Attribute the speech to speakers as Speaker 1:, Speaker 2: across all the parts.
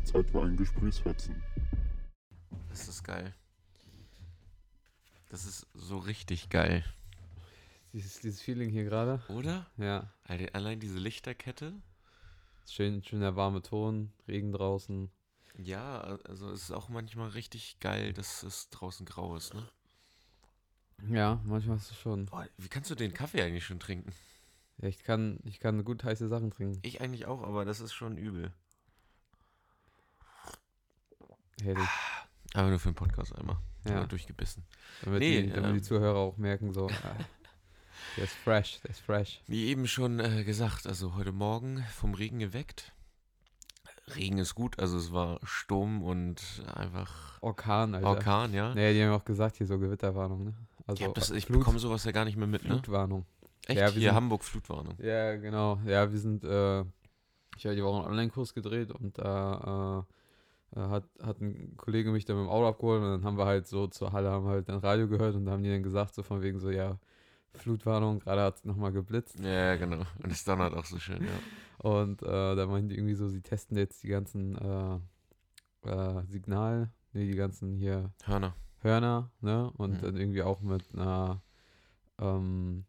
Speaker 1: als etwa ein Gesprächsfetzen.
Speaker 2: Das ist geil. Das ist so richtig geil.
Speaker 3: Dieses, dieses Feeling hier gerade.
Speaker 2: Oder?
Speaker 3: Ja.
Speaker 2: Alter, Allein diese Lichterkette.
Speaker 3: Schön, schön der warme Ton, Regen draußen.
Speaker 2: Ja, also es ist auch manchmal richtig geil, dass es draußen grau ist, ne?
Speaker 3: Ja, manchmal hast du schon.
Speaker 2: Boah, wie kannst du den Kaffee eigentlich schon trinken?
Speaker 3: Ja, ich kann, ich kann gut heiße Sachen trinken.
Speaker 2: Ich eigentlich auch, aber das ist schon übel.
Speaker 3: Herrlich.
Speaker 2: Ah, Aber nur für den Podcast einmal.
Speaker 3: Ja.
Speaker 2: Einmal durchgebissen.
Speaker 3: Damit,
Speaker 2: Nee,
Speaker 3: die, damit
Speaker 2: ähm.
Speaker 3: die Zuhörer auch merken, so, ah, der ist fresh, der ist fresh.
Speaker 2: Wie eben schon äh, gesagt, also heute Morgen vom Regen geweckt. Regen ist gut, also es war Sturm und einfach
Speaker 3: Orkan, Alter. Orkan.
Speaker 2: Orkan, ja.
Speaker 3: Naja, die haben auch gesagt, hier so Gewitterwarnung, ne? Also
Speaker 2: ich hab das, ich
Speaker 3: Flut-
Speaker 2: bekomme sowas ja gar nicht mehr mit, ne?
Speaker 3: Flutwarnung.
Speaker 2: Echt?
Speaker 3: Ja, wir
Speaker 2: Hier
Speaker 3: sind-
Speaker 2: Hamburg Flutwarnung.
Speaker 3: Ja, genau. Ja, wir sind, äh, ich habe die Woche einen Online-Kurs gedreht und da äh, äh, hat, hat ein Kollege mich dann mit dem Auto abgeholt und dann haben wir halt so zur Halle, haben halt dann Radio gehört und da haben die dann gesagt, so von wegen so, ja, Flutwarnung, gerade hat es nochmal geblitzt.
Speaker 2: Ja, genau. Und es donnert auch so schön, ja.
Speaker 3: Und äh, da meinten die irgendwie so, sie testen jetzt die ganzen äh, äh, Signal, nee, die ganzen hier
Speaker 2: Hörner.
Speaker 3: Hörner, ne? Und
Speaker 2: Mhm.
Speaker 3: dann irgendwie auch mit einer ähm,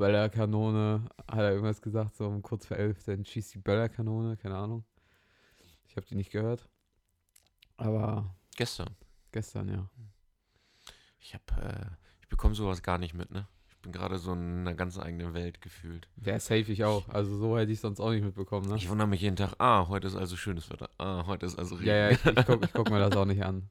Speaker 3: Böllerkanone, hat er irgendwas gesagt, so um kurz vor elf, dann schießt die Böllerkanone, keine Ahnung. Ich habe die nicht gehört. Aber
Speaker 2: Gestern.
Speaker 3: gestern, ja.
Speaker 2: Ich hab, äh, ich bekomme sowas gar nicht mit, ne? Ich bin gerade so in einer ganz eigenen Welt gefühlt.
Speaker 3: Der safe ich auch. Also so hätte ich sonst auch nicht mitbekommen, ne?
Speaker 2: Ich wundere mich jeden Tag, ah, heute ist also schönes Wetter. Ah, heute ist also Regen.
Speaker 3: Ja, ja, ich, ich gucke ich guck mir das auch nicht an.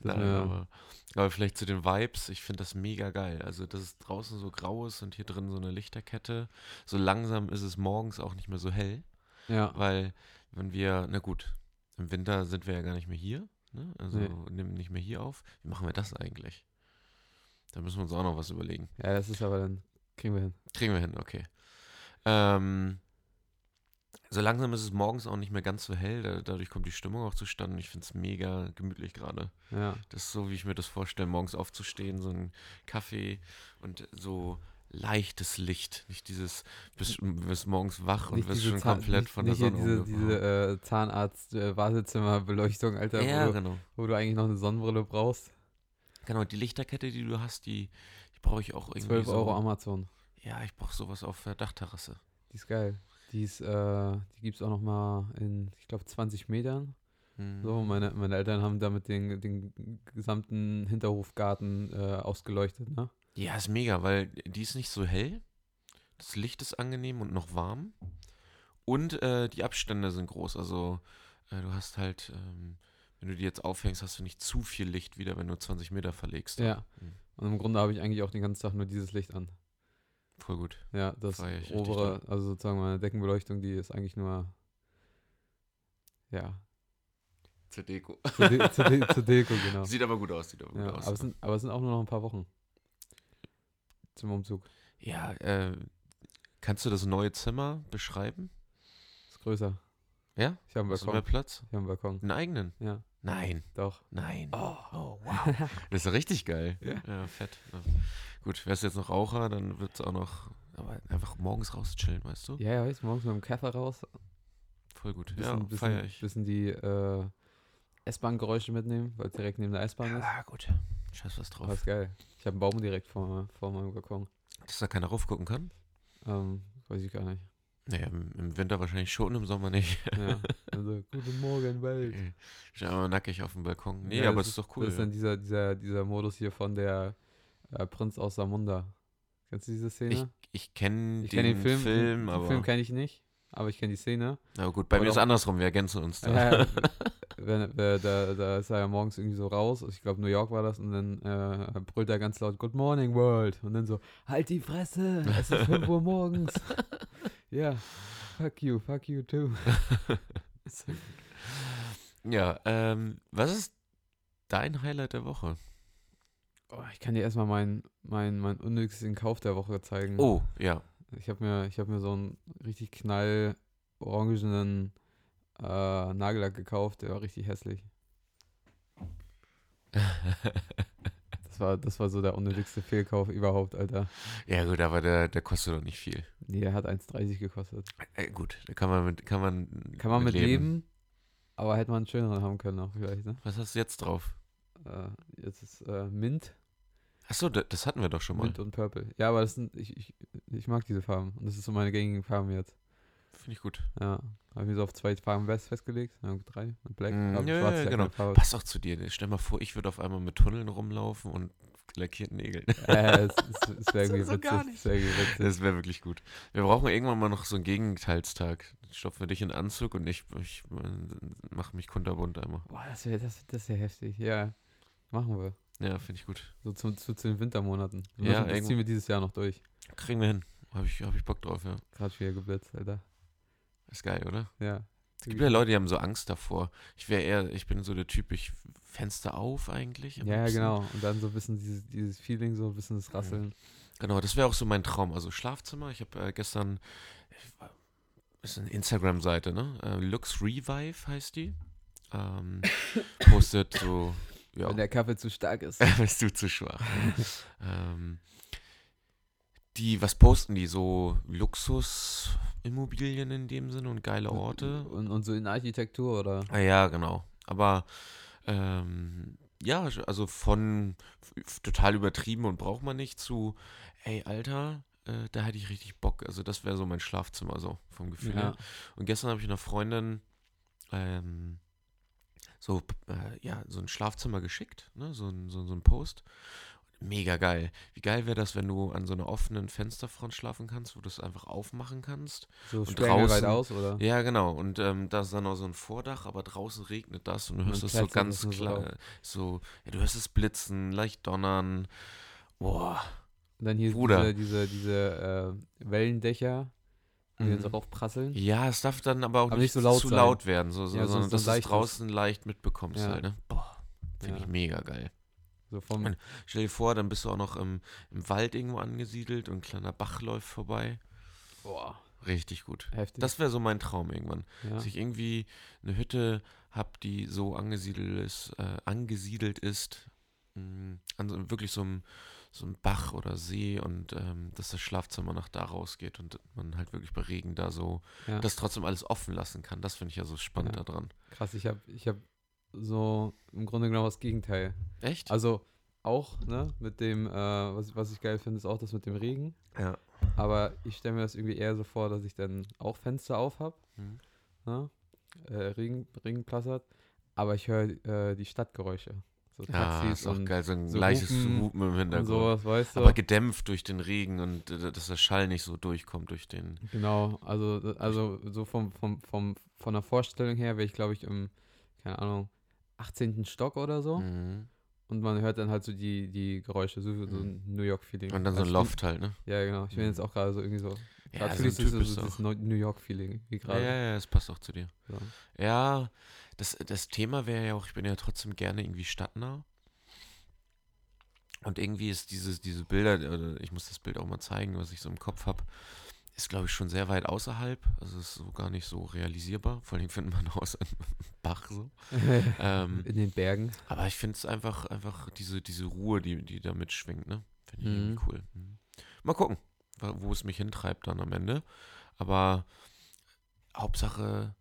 Speaker 3: Das
Speaker 2: Nein,
Speaker 3: ist mir-
Speaker 2: aber, aber vielleicht zu den Vibes, ich finde das mega geil. Also, dass es draußen so grau ist und hier drin so eine Lichterkette. So langsam ist es morgens auch nicht mehr so hell,
Speaker 3: ja,
Speaker 2: weil wenn wir, na gut, im Winter sind wir ja gar nicht mehr hier. Ne? Also
Speaker 3: Nee.
Speaker 2: nehmen nicht mehr hier auf. Wie machen wir das eigentlich? Da müssen wir uns auch noch was überlegen.
Speaker 3: ja, das ist aber dann, kriegen wir hin.
Speaker 2: Kriegen wir hin, okay. Ähm, so langsam ist es morgens auch nicht mehr ganz so hell, da, dadurch kommt die Stimmung auch zustande. Ich finde es mega gemütlich gerade.
Speaker 3: Ja,
Speaker 2: Das ist so, wie ich mir das vorstelle, morgens aufzustehen, so ein Kaffee und so leichtes Licht. Nicht dieses, bist, bist morgens wach und wirst
Speaker 3: diese
Speaker 2: schon
Speaker 3: Zahn-
Speaker 2: komplett
Speaker 3: nicht,
Speaker 2: von
Speaker 3: nicht
Speaker 2: der
Speaker 3: hier
Speaker 2: Sonne
Speaker 3: diese,
Speaker 2: umgebracht.
Speaker 3: diese äh, Zahnarzt-Wartezimmer-Beleuchtung, Alter,
Speaker 2: Ja,
Speaker 3: wo, du,
Speaker 2: genau.
Speaker 3: wo du eigentlich noch eine Sonnenbrille brauchst.
Speaker 2: Genau, die Lichterkette, die du hast, die, die brauche ich auch irgendwie
Speaker 3: 12
Speaker 2: so.
Speaker 3: Euro Amazon.
Speaker 2: Ja, ich brauche sowas auf der Dachterrasse.
Speaker 3: Die ist geil. Die ist, äh, die gibt's auch noch mal in, ich glaube, 20 Metern.
Speaker 2: Hm.
Speaker 3: So, meine, meine Eltern haben damit den, den gesamten Hinterhofgarten äh, ausgeleuchtet, ne?
Speaker 2: Ja, ist mega, weil die ist nicht so hell. Das Licht ist angenehm und noch warm. Und äh, die Abstände sind groß. Also äh, du hast halt, ähm, wenn du die jetzt aufhängst, hast du nicht zu viel Licht wieder, wenn du 20 Meter verlegst.
Speaker 3: Ja.
Speaker 2: Mhm.
Speaker 3: Und im Grunde habe ich eigentlich auch den ganzen Tag nur dieses Licht an.
Speaker 2: Voll gut.
Speaker 3: Ja, das
Speaker 2: Feier ich richtig
Speaker 3: obere, also sozusagen meine Deckenbeleuchtung, die ist eigentlich nur, ja,
Speaker 2: Zur Deko.
Speaker 3: zur, De zur, De zur Deko, genau.
Speaker 2: Sieht aber gut aus, sieht aber gut
Speaker 3: Ja,
Speaker 2: aus.
Speaker 3: aber, es sind, aber es sind auch nur noch ein paar Wochen zum Umzug.
Speaker 2: ja, äh, kannst du das neue Zimmer beschreiben?
Speaker 3: Ist größer.
Speaker 2: Ja?
Speaker 3: Ich habe einen
Speaker 2: Hast du mehr
Speaker 3: Balkon.
Speaker 2: Platz?
Speaker 3: Ich habe einen Balkon.
Speaker 2: Einen eigenen?
Speaker 3: Ja,
Speaker 2: Nein,
Speaker 3: doch.
Speaker 2: nein.
Speaker 3: Oh,
Speaker 2: Das ist richtig geil.
Speaker 3: Ja.
Speaker 2: fett. Ja. Gut, wärst du jetzt noch Raucher, dann wird es auch noch. Aber einfach morgens raus chillen, weißt du?
Speaker 3: Ja, ja, ich morgens mit dem Kaffee raus.
Speaker 2: Voll gut.
Speaker 3: Bisschen,
Speaker 2: Hm? ja, feier
Speaker 3: bisschen,
Speaker 2: ich.
Speaker 3: bisschen die äh, S-Bahn-Geräusche mitnehmen, weil es direkt neben der S-Bahn ist.
Speaker 2: Ja, gut. Scheiß was
Speaker 3: Aber
Speaker 2: drauf.
Speaker 3: ist geil. Ich habe einen Baum direkt vor, vor meinem Balkon.
Speaker 2: Dass da keiner raufgucken kann?
Speaker 3: Ähm, weiß ich gar nicht.
Speaker 2: Naja, im, im Winter wahrscheinlich schon, im Sommer nicht.
Speaker 3: Ja. Also, guten Morgen, Welt.
Speaker 2: Ich aber nackig auf dem Balkon. Nee,
Speaker 3: Ja,
Speaker 2: aber
Speaker 3: das
Speaker 2: es ist doch cool.
Speaker 3: Das ist
Speaker 2: ja.
Speaker 3: dann dieser, dieser, dieser Modus hier von der äh, Prinz aus Samunda. Kennst du diese Szene?
Speaker 2: ich kenne
Speaker 3: Ich
Speaker 2: den,
Speaker 3: kenne den Film,
Speaker 2: Film,
Speaker 3: den
Speaker 2: aber.
Speaker 3: Film kenne ich nicht, aber ich kenne die Szene.
Speaker 2: na gut, bei
Speaker 3: aber
Speaker 2: mir ist
Speaker 3: doch-
Speaker 2: andersrum. Wir ergänzen uns da.
Speaker 3: Ja, ja, wenn, äh, da, da ist er ja morgens irgendwie so raus, ich glaube New York war das, und dann äh, brüllt er ganz laut Good Morning World und dann so, halt die Fresse, es ist 5 Uhr morgens. ja, fuck you, fuck you too.
Speaker 2: Ja, ähm, was ist dein Highlight der Woche?
Speaker 3: Oh, ich kann dir erstmal meinen mein, mein unnötigsten Kauf der Woche zeigen.
Speaker 2: Oh, ja.
Speaker 3: Ich habe mir, ich hab mir so einen richtig knallorangenen äh, Nagellack gekauft, der war richtig hässlich. Das war, das war so der unnötigste Fehlkauf überhaupt, Alter.
Speaker 2: Ja, gut, aber der, der kostet doch nicht viel.
Speaker 3: Nee, der hat 1,30 gekostet.
Speaker 2: Äh, gut, da kann man mit, kann man,
Speaker 3: Kann man mit leben, Aber hätte man einen schöneren haben können auch vielleicht, ne?
Speaker 2: Was hast du jetzt drauf?
Speaker 3: Äh, jetzt ist äh, Mint,
Speaker 2: Achso, da- das hatten wir doch schon mal.
Speaker 3: Mint und Purple. Ja, aber das sind, ich, ich, ich mag diese Farben. Und das ist so meine gängigen Farben jetzt.
Speaker 2: Finde ich gut.
Speaker 3: Ja. Habe ich mir so auf zwei Farben fest festgelegt. Ja, gut, drei. Und Black.
Speaker 2: Mm,
Speaker 3: aber
Speaker 2: ja,
Speaker 3: schwarz
Speaker 2: ja,
Speaker 3: ist keine
Speaker 2: genau.
Speaker 3: Farbe.
Speaker 2: Passt auch zu dir. Stell mal vor, ich würde auf einmal mit Tunneln rumlaufen und lackierten Nägeln.
Speaker 3: Äh, es, es, es wäre
Speaker 2: So-
Speaker 3: irgendwie
Speaker 2: so gar
Speaker 3: witzig. Es wäre irgendwie witzig.
Speaker 2: Das wäre wirklich gut. Wir brauchen irgendwann mal noch so einen Gegenteilstag. Stopfen wir dich in Anzug und ich, ich mache mich kunterbunt einmal.
Speaker 3: Boah, das wäre das, das wär heftig. Ja. Machen wir.
Speaker 2: Ja, finde ich gut.
Speaker 3: So zum, zu, zu den Wintermonaten. Und
Speaker 2: Ja,
Speaker 3: das- das
Speaker 2: irgendwo-
Speaker 3: ziehen wir dieses Jahr noch durch.
Speaker 2: Kriegen wir hin. Habe ich, hab ich Bock drauf, ja.
Speaker 3: Gerade wieder geblitzt, Alter.
Speaker 2: Ist geil, oder?
Speaker 3: Ja.
Speaker 2: Es gibt ja Leute, die haben so Angst davor. Ich wäre eher, ich bin so der Typ, ich Fenster auf eigentlich. am
Speaker 3: Ja, ja,
Speaker 2: liebsten.
Speaker 3: genau. Und dann so ein bisschen dieses, dieses Feeling, so ein bisschen das Rasseln.
Speaker 2: Genau, das wäre auch so mein Traum. Also Schlafzimmer, ich habe äh, gestern, ich war- ist eine Instagram-Seite, ne? Äh, Lux Revive heißt die. Ähm, postet so, ja. äh,
Speaker 3: Wenn der Kaffee zu stark ist.
Speaker 2: bist du zu schwach. ähm, die, was posten die? So Luxusimmobilien in dem Sinne und geile Orte?
Speaker 3: Und, und so in Architektur oder?
Speaker 2: Ah ja, genau. Aber ähm, ja, also von f- total übertrieben und braucht man nicht zu, ey, Alter, äh, da hätte ich richtig Bock. Also das wäre so mein Schlafzimmer, so vom Gefühl her.
Speaker 3: Ja.
Speaker 2: Und gestern habe ich einer Freundin ähm, so, äh, ja, so ein Schlafzimmer geschickt, ne? so, ein, so, ein- so ein Post. Mega geil. Wie geil wäre das, wenn du an so einer offenen Fensterfront schlafen kannst, wo du es einfach aufmachen kannst?
Speaker 3: So
Speaker 2: Und
Speaker 3: sperrangelweit
Speaker 2: draußen-
Speaker 3: aus oder?
Speaker 2: Ja, genau. Und ähm, da ist dann auch so ein Vordach, aber draußen regnet das und du
Speaker 3: Und
Speaker 2: hörst
Speaker 3: dann
Speaker 2: es so
Speaker 3: plätschert das
Speaker 2: ganz
Speaker 3: nur so
Speaker 2: klar. So, ja, du hörst es blitzen, leicht donnern. Boah.
Speaker 3: Und dann hier
Speaker 2: Bruder.
Speaker 3: diese, diese, diese äh, Wellendächer, die dann so
Speaker 2: Mhm.
Speaker 3: raufprasseln.
Speaker 2: Ja, es darf dann aber auch
Speaker 3: Aber
Speaker 2: nicht,
Speaker 3: nicht so laut
Speaker 2: zu
Speaker 3: sein.
Speaker 2: laut werden, so, so,
Speaker 3: Ja,
Speaker 2: sondern
Speaker 3: sonst
Speaker 2: dass du
Speaker 3: dann
Speaker 2: es
Speaker 3: leicht ist.
Speaker 2: draußen leicht mitbekommst.
Speaker 3: Ja.
Speaker 2: Halt, ne? Boah, finde
Speaker 3: Ja.
Speaker 2: ich mega geil.
Speaker 3: So vom,
Speaker 2: Und- Stell dir vor, dann bist du auch noch im, im Wald irgendwo angesiedelt und ein kleiner Bach läuft vorbei.
Speaker 3: boah,
Speaker 2: Richtig gut.
Speaker 3: heftig.
Speaker 2: Das wäre so mein Traum irgendwann.
Speaker 3: ja.
Speaker 2: Dass ich irgendwie eine Hütte habe, die so angesiedelt ist, äh, angesiedelt ist mh, an so, wirklich so einem, so einem Bach oder See und ähm, dass das Schlafzimmer nach da rausgeht und man halt wirklich bei Regen da so,
Speaker 3: Ja.
Speaker 2: das trotzdem alles offen lassen kann. Das finde ich ja so spannend
Speaker 3: Ja.
Speaker 2: daran.
Speaker 3: Krass, ich habe ich hab so im Grunde genommen das Gegenteil.
Speaker 2: Echt?
Speaker 3: Also auch, ne, mit dem, äh, was, was ich geil finde, ist auch das mit dem Regen.
Speaker 2: ja.
Speaker 3: Aber ich stelle mir das irgendwie eher so vor, dass ich dann auch Fenster auf habe,
Speaker 2: Mhm.
Speaker 3: ne? äh, Regen, Regen plassert, aber ich höre äh, die Stadtgeräusche. So
Speaker 2: Ja,
Speaker 3: Taxis
Speaker 2: ist auch
Speaker 3: und,
Speaker 2: geil, so ein
Speaker 3: so
Speaker 2: leichtes
Speaker 3: Hupen
Speaker 2: Hupen im
Speaker 3: und
Speaker 2: Hintergrund.
Speaker 3: sowas, weißt du?
Speaker 2: Aber gedämpft durch den Regen und äh, dass der Schall nicht so durchkommt durch den.
Speaker 3: Genau, also, also so vom, vom, vom, von der Vorstellung her wäre ich, glaube ich, im, keine Ahnung, 18. Stock oder so.
Speaker 2: Mhm.
Speaker 3: Und man hört dann halt so die, die Geräusche, so, so
Speaker 2: Mhm.
Speaker 3: ein New York-Feeling.
Speaker 2: Und dann so ein
Speaker 3: Also ich
Speaker 2: Loft halt, ne?
Speaker 3: bin- Ja, genau. Ich bin
Speaker 2: Mhm.
Speaker 3: jetzt auch gerade so irgendwie so.
Speaker 2: Ja, so
Speaker 3: grad fühle
Speaker 2: ein
Speaker 3: ich so,
Speaker 2: Typ
Speaker 3: so,
Speaker 2: bist
Speaker 3: so
Speaker 2: du
Speaker 3: dieses
Speaker 2: auch.
Speaker 3: Neu- New York-Feeling wie
Speaker 2: Ja,
Speaker 3: gerade.
Speaker 2: ja, ja, das passt auch zu dir.
Speaker 3: So.
Speaker 2: Ja, das, das Thema wäre ja auch, ich bin ja trotzdem gerne irgendwie stadtnah. Und irgendwie ist dieses, diese Bilder, oder ich muss das Bild auch mal zeigen, was ich so im Kopf habe, ist, glaube ich, schon sehr weit außerhalb. Also ist so gar nicht so realisierbar. Vor allem findet man aus einem Bach so. Ähm,
Speaker 3: In den Bergen.
Speaker 2: aber ich finde es einfach, einfach diese, diese Ruhe, die, die da mitschwingt, ne? Finde ich irgendwie
Speaker 3: Mhm.
Speaker 2: cool. Mhm. Mal gucken, wa- wo es mich hintreibt dann am Ende. Aber Hauptsache,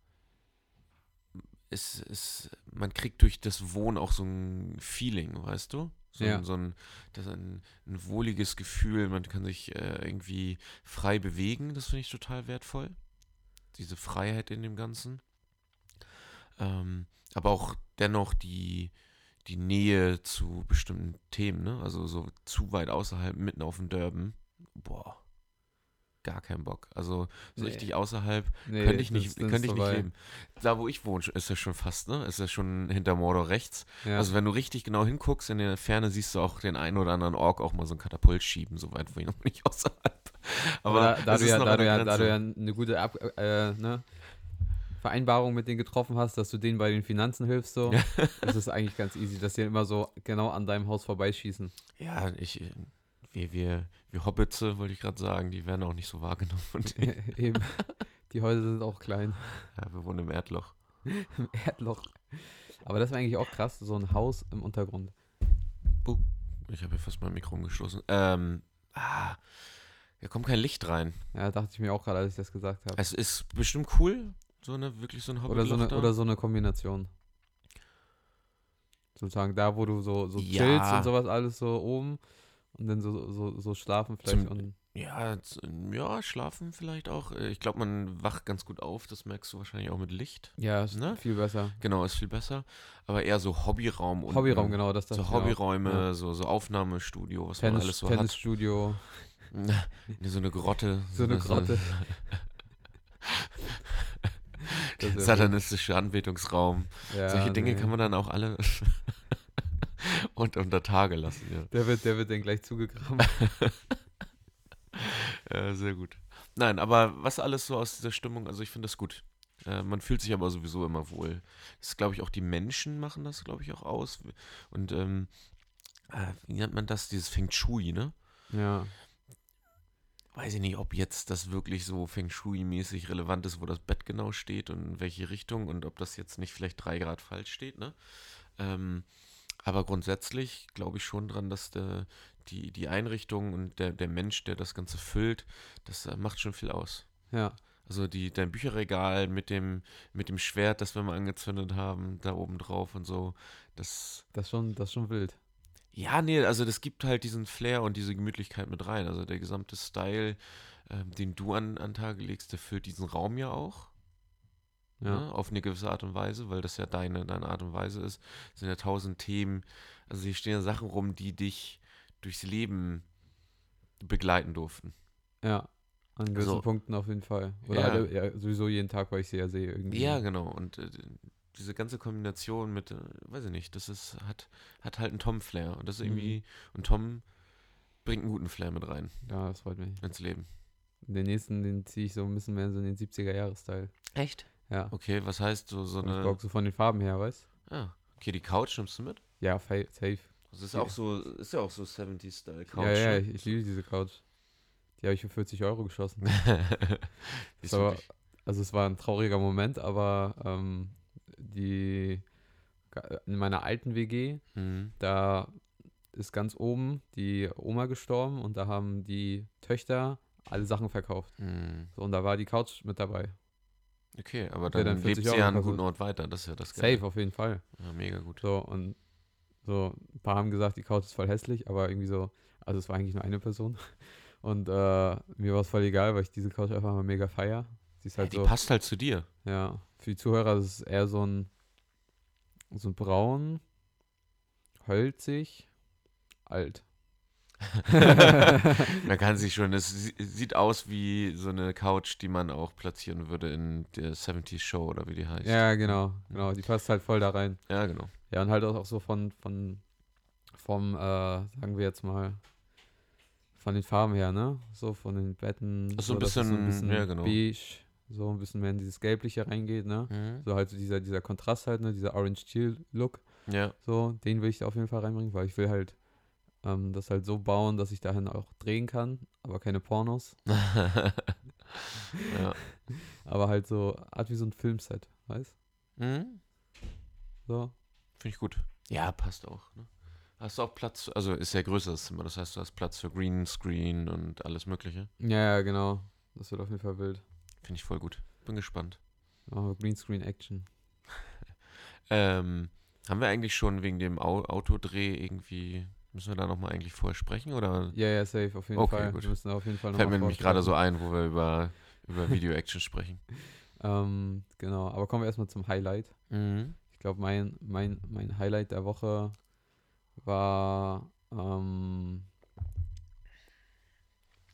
Speaker 2: es, es, man kriegt durch das Wohnen auch so ein Feeling, weißt du? So,
Speaker 3: Ja.
Speaker 2: ein, so ein, das ist ein, ein wohliges Gefühl, man kann sich äh, irgendwie frei bewegen, das finde ich total wertvoll. Diese Freiheit in dem Ganzen. Ähm, aber auch dennoch die, die Nähe zu bestimmten Themen, ne? Also so zu weit außerhalb, mitten auf dem Dörben. Boah. Gar kein Bock. Also so
Speaker 3: Nee.
Speaker 2: richtig außerhalb
Speaker 3: Nee,
Speaker 2: könnte ich
Speaker 3: das-
Speaker 2: nicht,
Speaker 3: das ist
Speaker 2: könnte ich nicht
Speaker 3: vorbei.
Speaker 2: leben. Da, wo ich wohne, ist ja schon fast, ne? Ist ja schon hinter Mordor rechts.
Speaker 3: Ja.
Speaker 2: Also, wenn du richtig genau hinguckst, in der Ferne siehst du auch den einen oder anderen Ork auch mal so ein Katapult schieben, so weit wo ich noch nicht außerhalb. Aber
Speaker 3: da, da,
Speaker 2: es
Speaker 3: du
Speaker 2: ist
Speaker 3: ja,
Speaker 2: noch
Speaker 3: da,
Speaker 2: an
Speaker 3: du
Speaker 2: der
Speaker 3: ja, da
Speaker 2: Grenze.
Speaker 3: du ja eine gute Ab äh, ne? Vereinbarung mit denen getroffen hast, dass du denen bei den Finanzen hilfst, so,
Speaker 2: Ja.
Speaker 3: das ist eigentlich ganz easy, dass die immer so genau an deinem Haus vorbeischießen.
Speaker 2: Ja, ich, äh, wir, wir, wir Hobbitze, wollte ich gerade sagen, die werden auch nicht so wahrgenommen. von denen.
Speaker 3: Eben. Die Häuser sind auch klein.
Speaker 2: ja, wir wohnen im Erdloch.
Speaker 3: Im Erdloch. Aber das wäre eigentlich auch krass, so ein Haus im Untergrund.
Speaker 2: Ich habe hier fast mein Mikro umgeschlossen. Ähm, ah, da kommt kein Licht rein.
Speaker 3: Ja, dachte ich mir auch gerade, als ich das gesagt habe.
Speaker 2: Es ist bestimmt cool, So eine, wirklich so ein Hobby.
Speaker 3: Oder so, eine, oder so eine Kombination. Sozusagen da, wo du so, so
Speaker 2: Ja.
Speaker 3: chillst und sowas alles so oben und dann so, so, so schlafen
Speaker 2: Zum-
Speaker 3: vielleicht. und,
Speaker 2: ja, z- ja, schlafen vielleicht auch. Äh, Ich glaube, man wacht ganz gut auf. Das merkst du wahrscheinlich auch mit Licht.
Speaker 3: ja, ist
Speaker 2: Ne?
Speaker 3: viel besser.
Speaker 2: Genau, ist viel besser. Aber eher so Hobbyraum. unten.
Speaker 3: Hobbyraum, genau, das
Speaker 2: ähm, So Hobbyräume, so, so Aufnahmestudio, was man alles
Speaker 3: Tennis,
Speaker 2: so
Speaker 3: Tennisstudio,
Speaker 2: hat. so eine Grotte.
Speaker 3: so eine Grotte. Das ist ja gut.
Speaker 2: satanistischer Anbetungsraum.
Speaker 3: Ja,
Speaker 2: Solche Dinge
Speaker 3: nee.
Speaker 2: kann man dann auch alle und unter Tage lassen, ja.
Speaker 3: Der wird, der wird dann gleich zugegraben.
Speaker 2: Äh, sehr gut. Nein, aber was alles so aus dieser Stimmung, also ich finde das gut. Äh, man fühlt sich aber sowieso immer wohl. Das glaube ich auch, die Menschen machen das, glaube ich, auch aus. Und ähm, äh, wie nennt man das? Dieses Feng Shui, ne?
Speaker 3: ja.
Speaker 2: Weiß ich nicht, ob jetzt das wirklich so Feng Shui-mäßig relevant ist, wo das Bett genau steht und in welche Richtung und ob das jetzt nicht vielleicht drei Grad falsch steht, ne? Ähm, aber grundsätzlich glaube ich schon dran, dass der, die, die Einrichtung und der, der Mensch, der das Ganze füllt, das äh, macht schon viel aus.
Speaker 3: Ja.
Speaker 2: Also die, dein Bücherregal mit dem, mit dem Schwert, das wir mal angezündet haben, da oben drauf und so, das.
Speaker 3: Das ist schon, das ist schon wild.
Speaker 2: Ja, nee, also das gibt halt diesen Flair und diese Gemütlichkeit mit rein. Also der gesamte Style, ähm, den du an, an Tage legst, der füllt diesen Raum ja auch.
Speaker 3: Ja.
Speaker 2: Ne? Auf eine gewisse Art und Weise, weil das ja deine, deine Art und Weise ist. Es sind ja tausend Themen. Also hier stehen ja Sachen rum, die dich durchs Leben begleiten durften.
Speaker 3: Ja. An gewissen
Speaker 2: Also-
Speaker 3: Punkten auf jeden Fall. Oder
Speaker 2: Ja.
Speaker 3: alle, ja, sowieso jeden Tag, weil ich sie ja sehe irgendwie.
Speaker 2: Ja, genau. Und äh, diese ganze Kombination mit, äh, weiß ich nicht, das ist, hat, hat halt einen Tom-Flair. Und das ist
Speaker 3: Mhm.
Speaker 2: irgendwie, und Tom bringt einen guten Flair mit rein
Speaker 3: Ja, das freut mich.
Speaker 2: ins Leben.
Speaker 3: Den nächsten, den ziehe ich so ein bisschen mehr so in den 70er-Jahres-Style.
Speaker 2: Echt?
Speaker 3: Ja.
Speaker 2: Okay, was heißt so, so
Speaker 3: Und ich
Speaker 2: eine.
Speaker 3: glaube, so von den Farben her, weißt
Speaker 2: Ah, okay, die Couch nimmst du mit?
Speaker 3: Ja, fa- safe.
Speaker 2: Das ist
Speaker 3: Ja.
Speaker 2: auch so, ist ja auch so 70s-Style Couch.
Speaker 3: ja, ja,
Speaker 2: ne?
Speaker 3: ich, ich liebe diese Couch. Die habe ich für 40 Euro geschossen.
Speaker 2: Die ist
Speaker 3: Ist aber-
Speaker 2: wirklich-
Speaker 3: Also es war ein trauriger Moment, aber ähm, die in meiner alten WG,
Speaker 2: Mhm.
Speaker 3: da ist ganz oben die Oma gestorben und da haben die Töchter alle Sachen verkauft.
Speaker 2: Mhm.
Speaker 3: So, und da war die Couch mit dabei.
Speaker 2: Okay, aber
Speaker 3: der
Speaker 2: dann,
Speaker 3: dann 40
Speaker 2: lebt sie
Speaker 3: Euro
Speaker 2: ja an einem
Speaker 3: kostet.
Speaker 2: guten Ort weiter. Das ist ja das
Speaker 3: Safe auf jeden Fall.
Speaker 2: Ja, mega gut.
Speaker 3: So und so ein paar haben gesagt, die Couch ist voll hässlich, aber irgendwie so, also es war eigentlich nur eine Person und äh, mir war es voll egal, weil ich diese Couch einfach mal mega feier. Sie ist halt
Speaker 2: die
Speaker 3: so
Speaker 2: passt halt zu dir.
Speaker 3: Ja, für die Zuhörer ist es eher so ein, so ein braun, holzig, alt.
Speaker 2: Man kann sich schon, es sie- sieht aus wie so eine Couch, die man auch platzieren würde in der 70s Show oder wie die heißt.
Speaker 3: ja, genau, genau. Die passt halt voll da rein.
Speaker 2: Ja, genau.
Speaker 3: Ja, und halt auch, auch so von, von, vom, äh, sagen wir jetzt mal, von den Farben her, ne? So von den Betten.
Speaker 2: Ach so, ein
Speaker 3: dass es
Speaker 2: bisschen- ja, genau.
Speaker 3: beige, so ein bisschen mehr in dieses Gelbliche reingeht, ne? So halt so dieser, dieser Kontrast halt, ne? Dieser Orange Teal Look.
Speaker 2: Ja,
Speaker 3: So, den will ich da auf jeden Fall reinbringen, weil ich will halt ähm, das halt so bauen, dass ich dahin auch drehen kann, aber keine Pornos.
Speaker 2: ja.
Speaker 3: Aber halt so, Art wie so ein Filmset, weißt
Speaker 2: Mhm.
Speaker 3: So.
Speaker 2: Finde ich gut. Ja, passt auch. Ne? Hast du auch Platz, also ist ja größer das Zimmer, das heißt, du hast Platz für Greenscreen und alles Mögliche.
Speaker 3: Ja, ja, genau. Das wird auf jeden Fall wild.
Speaker 2: Finde ich voll gut. Bin gespannt.
Speaker 3: Machen wir Greenscreen Action.
Speaker 2: Ähm, haben wir eigentlich schon wegen dem Au Autodreh irgendwie, müssen wir da nochmal eigentlich vorher sprechen oder
Speaker 3: Ja, ja, safe, auf jeden
Speaker 2: Okay,
Speaker 3: Fall.
Speaker 2: gut.
Speaker 3: Wir müssen da auf jeden Fall
Speaker 2: fällt mir
Speaker 3: nochmal
Speaker 2: nämlich gerade so ein, wo wir über, über Video-Action sprechen?
Speaker 3: vorstellen. Ähm, genau, aber kommen wir erstmal zum Highlight.
Speaker 2: Mhm.
Speaker 3: Ich glaube, mein, mein, mein Highlight der Woche war, ähm,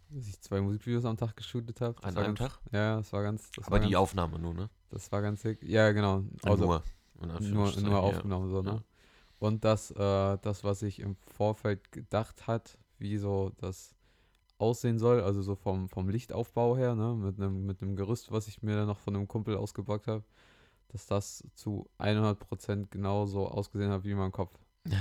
Speaker 3: dass ich zwei Musikvideos am Tag geshootet habe.
Speaker 2: An einem Tag?
Speaker 3: Ja, Ja, das war ganz. Das
Speaker 2: Aber
Speaker 3: war
Speaker 2: die
Speaker 3: ganz,
Speaker 2: Aufnahme nur, ne?
Speaker 3: Das war ganz sick. Ja, genau. Also
Speaker 2: nur. in
Speaker 3: nur,
Speaker 2: Anführungszeichen,
Speaker 3: nur aufgenommen, so, ne?
Speaker 2: Ja.
Speaker 3: Und das, äh, das, was ich im Vorfeld gedacht hat, wie so das aussehen soll, also so vom, vom Lichtaufbau her, ne? Mit einem mit einem Gerüst, was ich mir dann noch von einem Kumpel ausgebockt habe, dass das zu 100% genauso ausgesehen hat wie in meinem Kopf.
Speaker 2: Ja.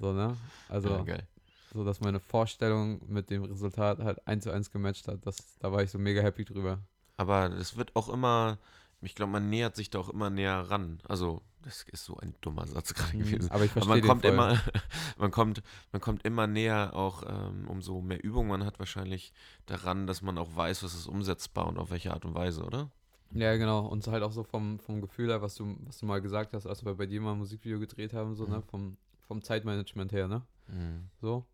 Speaker 3: So, ne? Also,
Speaker 2: ja, geil.
Speaker 3: so dass meine Vorstellung mit dem Resultat halt eins zu eins gematcht hat. Das, da war ich so mega happy drüber.
Speaker 2: Aber es wird auch immer, ich glaube, man nähert sich da auch immer näher ran. Also, das ist so ein dummer Satz gerade gewesen.
Speaker 3: Aber Mhm. ich
Speaker 2: Aber
Speaker 3: verstehe
Speaker 2: man
Speaker 3: den
Speaker 2: kommt
Speaker 3: voll.
Speaker 2: immer, man kommt, man kommt immer näher, auch ähm, umso mehr Übung man hat wahrscheinlich daran, dass man auch weiß, was ist umsetzbar und auf welche Art und Weise, oder?
Speaker 3: Ja, genau. Und so halt auch so vom, vom Gefühl her, was du, was du mal gesagt hast, als wir bei dir mal ein Musikvideo gedreht haben, so,
Speaker 2: Mhm.
Speaker 3: ne? Vom, vom Zeitmanagement her, ne?
Speaker 2: Mhm.
Speaker 3: So.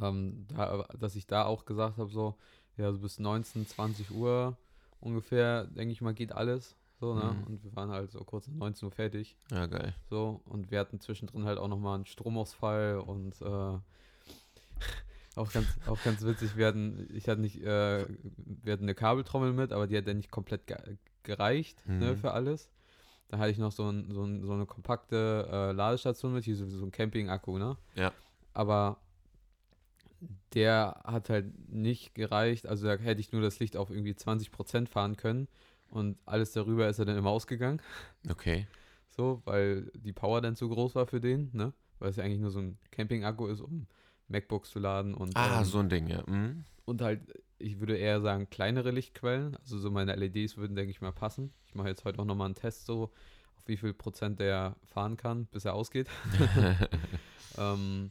Speaker 3: Ähm, da, dass ich da auch gesagt habe, so, ja, so bis 19, 20 Uhr ungefähr, denke ich mal, geht alles. So, ne?
Speaker 2: Mhm.
Speaker 3: Und wir waren halt so kurz nach 19 Uhr fertig.
Speaker 2: Ja, geil.
Speaker 3: So, und wir hatten zwischendrin halt auch nochmal einen Stromausfall und äh, auch, ganz, auch ganz witzig, wir hatten, ich hatte nicht, äh, wir hatten eine Kabeltrommel mit, aber die hat ja nicht komplett ge gereicht ne,
Speaker 2: Mhm.
Speaker 3: für alles. Da hatte ich noch so, ein, so, ein, so eine kompakte äh, Ladestation mit, hier so, so ein Camping-Akku, ne?
Speaker 2: Ja.
Speaker 3: Aber der hat halt nicht gereicht, also da hätte ich nur das Licht auf irgendwie 20% fahren können und alles darüber ist er dann immer ausgegangen.
Speaker 2: Okay.
Speaker 3: So, weil die Power dann zu groß war für den, ne? Weil es ja eigentlich nur so ein Camping-Akku ist, um MacBooks zu laden und,
Speaker 2: Ah,
Speaker 3: ähm,
Speaker 2: so ein Ding, ja. Mhm.
Speaker 3: und halt, ich würde eher sagen, kleinere Lichtquellen. Also so meine LEDs würden, denke ich mal, passen. Ich mache jetzt heute auch nochmal einen Test, so auf wie viel Prozent der fahren kann, bis er ausgeht. ähm,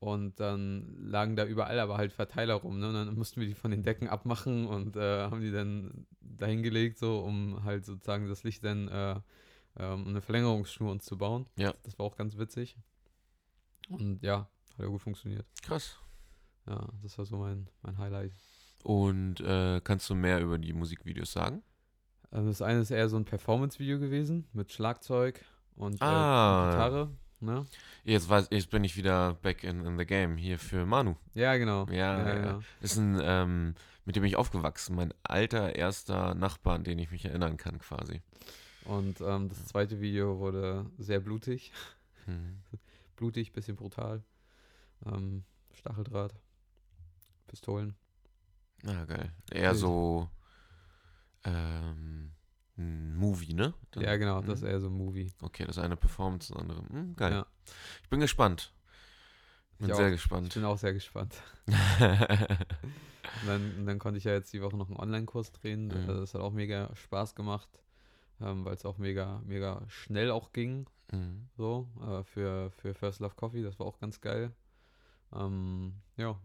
Speaker 3: und dann lagen da überall aber halt Verteiler rum, ne? Und dann mussten wir die von den Decken abmachen und äh, haben die dann dahingelegt, so um halt sozusagen das Licht dann äh, ähm, eine Verlängerungsschnur uns zu bauen.
Speaker 2: Ja.
Speaker 3: Das war auch ganz witzig. Und ja, hat ja gut funktioniert.
Speaker 2: Krass.
Speaker 3: Ja, das war so mein, mein Highlight.
Speaker 2: Und äh, kannst du mehr über die Musikvideos sagen?
Speaker 3: Also das eine ist eher so ein Performance-Video gewesen mit Schlagzeug und
Speaker 2: Ah.
Speaker 3: äh, Gitarre. Ne?
Speaker 2: Jetzt, weiß, jetzt bin ich wieder back in, in the game hier für Manu.
Speaker 3: Ja, genau.
Speaker 2: Ja, ja.
Speaker 3: genau.
Speaker 2: Ist ein, ähm, mit dem bin ich aufgewachsen. Mein alter erster Nachbar, an den ich mich erinnern kann, quasi.
Speaker 3: Und ähm, das zweite Video wurde sehr blutig. Hm.
Speaker 2: Mhm.
Speaker 3: Blutig, bisschen brutal. Ähm, Stacheldraht. Pistolen.
Speaker 2: Ja, Ah, geil. Eher
Speaker 3: Crazy.
Speaker 2: so ähm, ein Movie, ne? Dann-
Speaker 3: Ja, genau, das
Speaker 2: Mhm.
Speaker 3: ist eher so ein Movie.
Speaker 2: Okay, das eine Performance, das andere. Hm, geil.
Speaker 3: Ja.
Speaker 2: Ich bin gespannt. Bin
Speaker 3: Ich
Speaker 2: sehr
Speaker 3: auch. Ich
Speaker 2: gespannt.
Speaker 3: bin auch sehr gespannt. Und dann, und dann konnte ich ja jetzt die Woche noch einen Online-Kurs drehen. Äh,
Speaker 2: Mhm.
Speaker 3: Das hat auch mega Spaß gemacht, ähm, weil es auch mega, mega schnell auch ging.
Speaker 2: Mhm.
Speaker 3: So, äh, für, für First Love Coffee, das war auch ganz geil. Ähm, ja,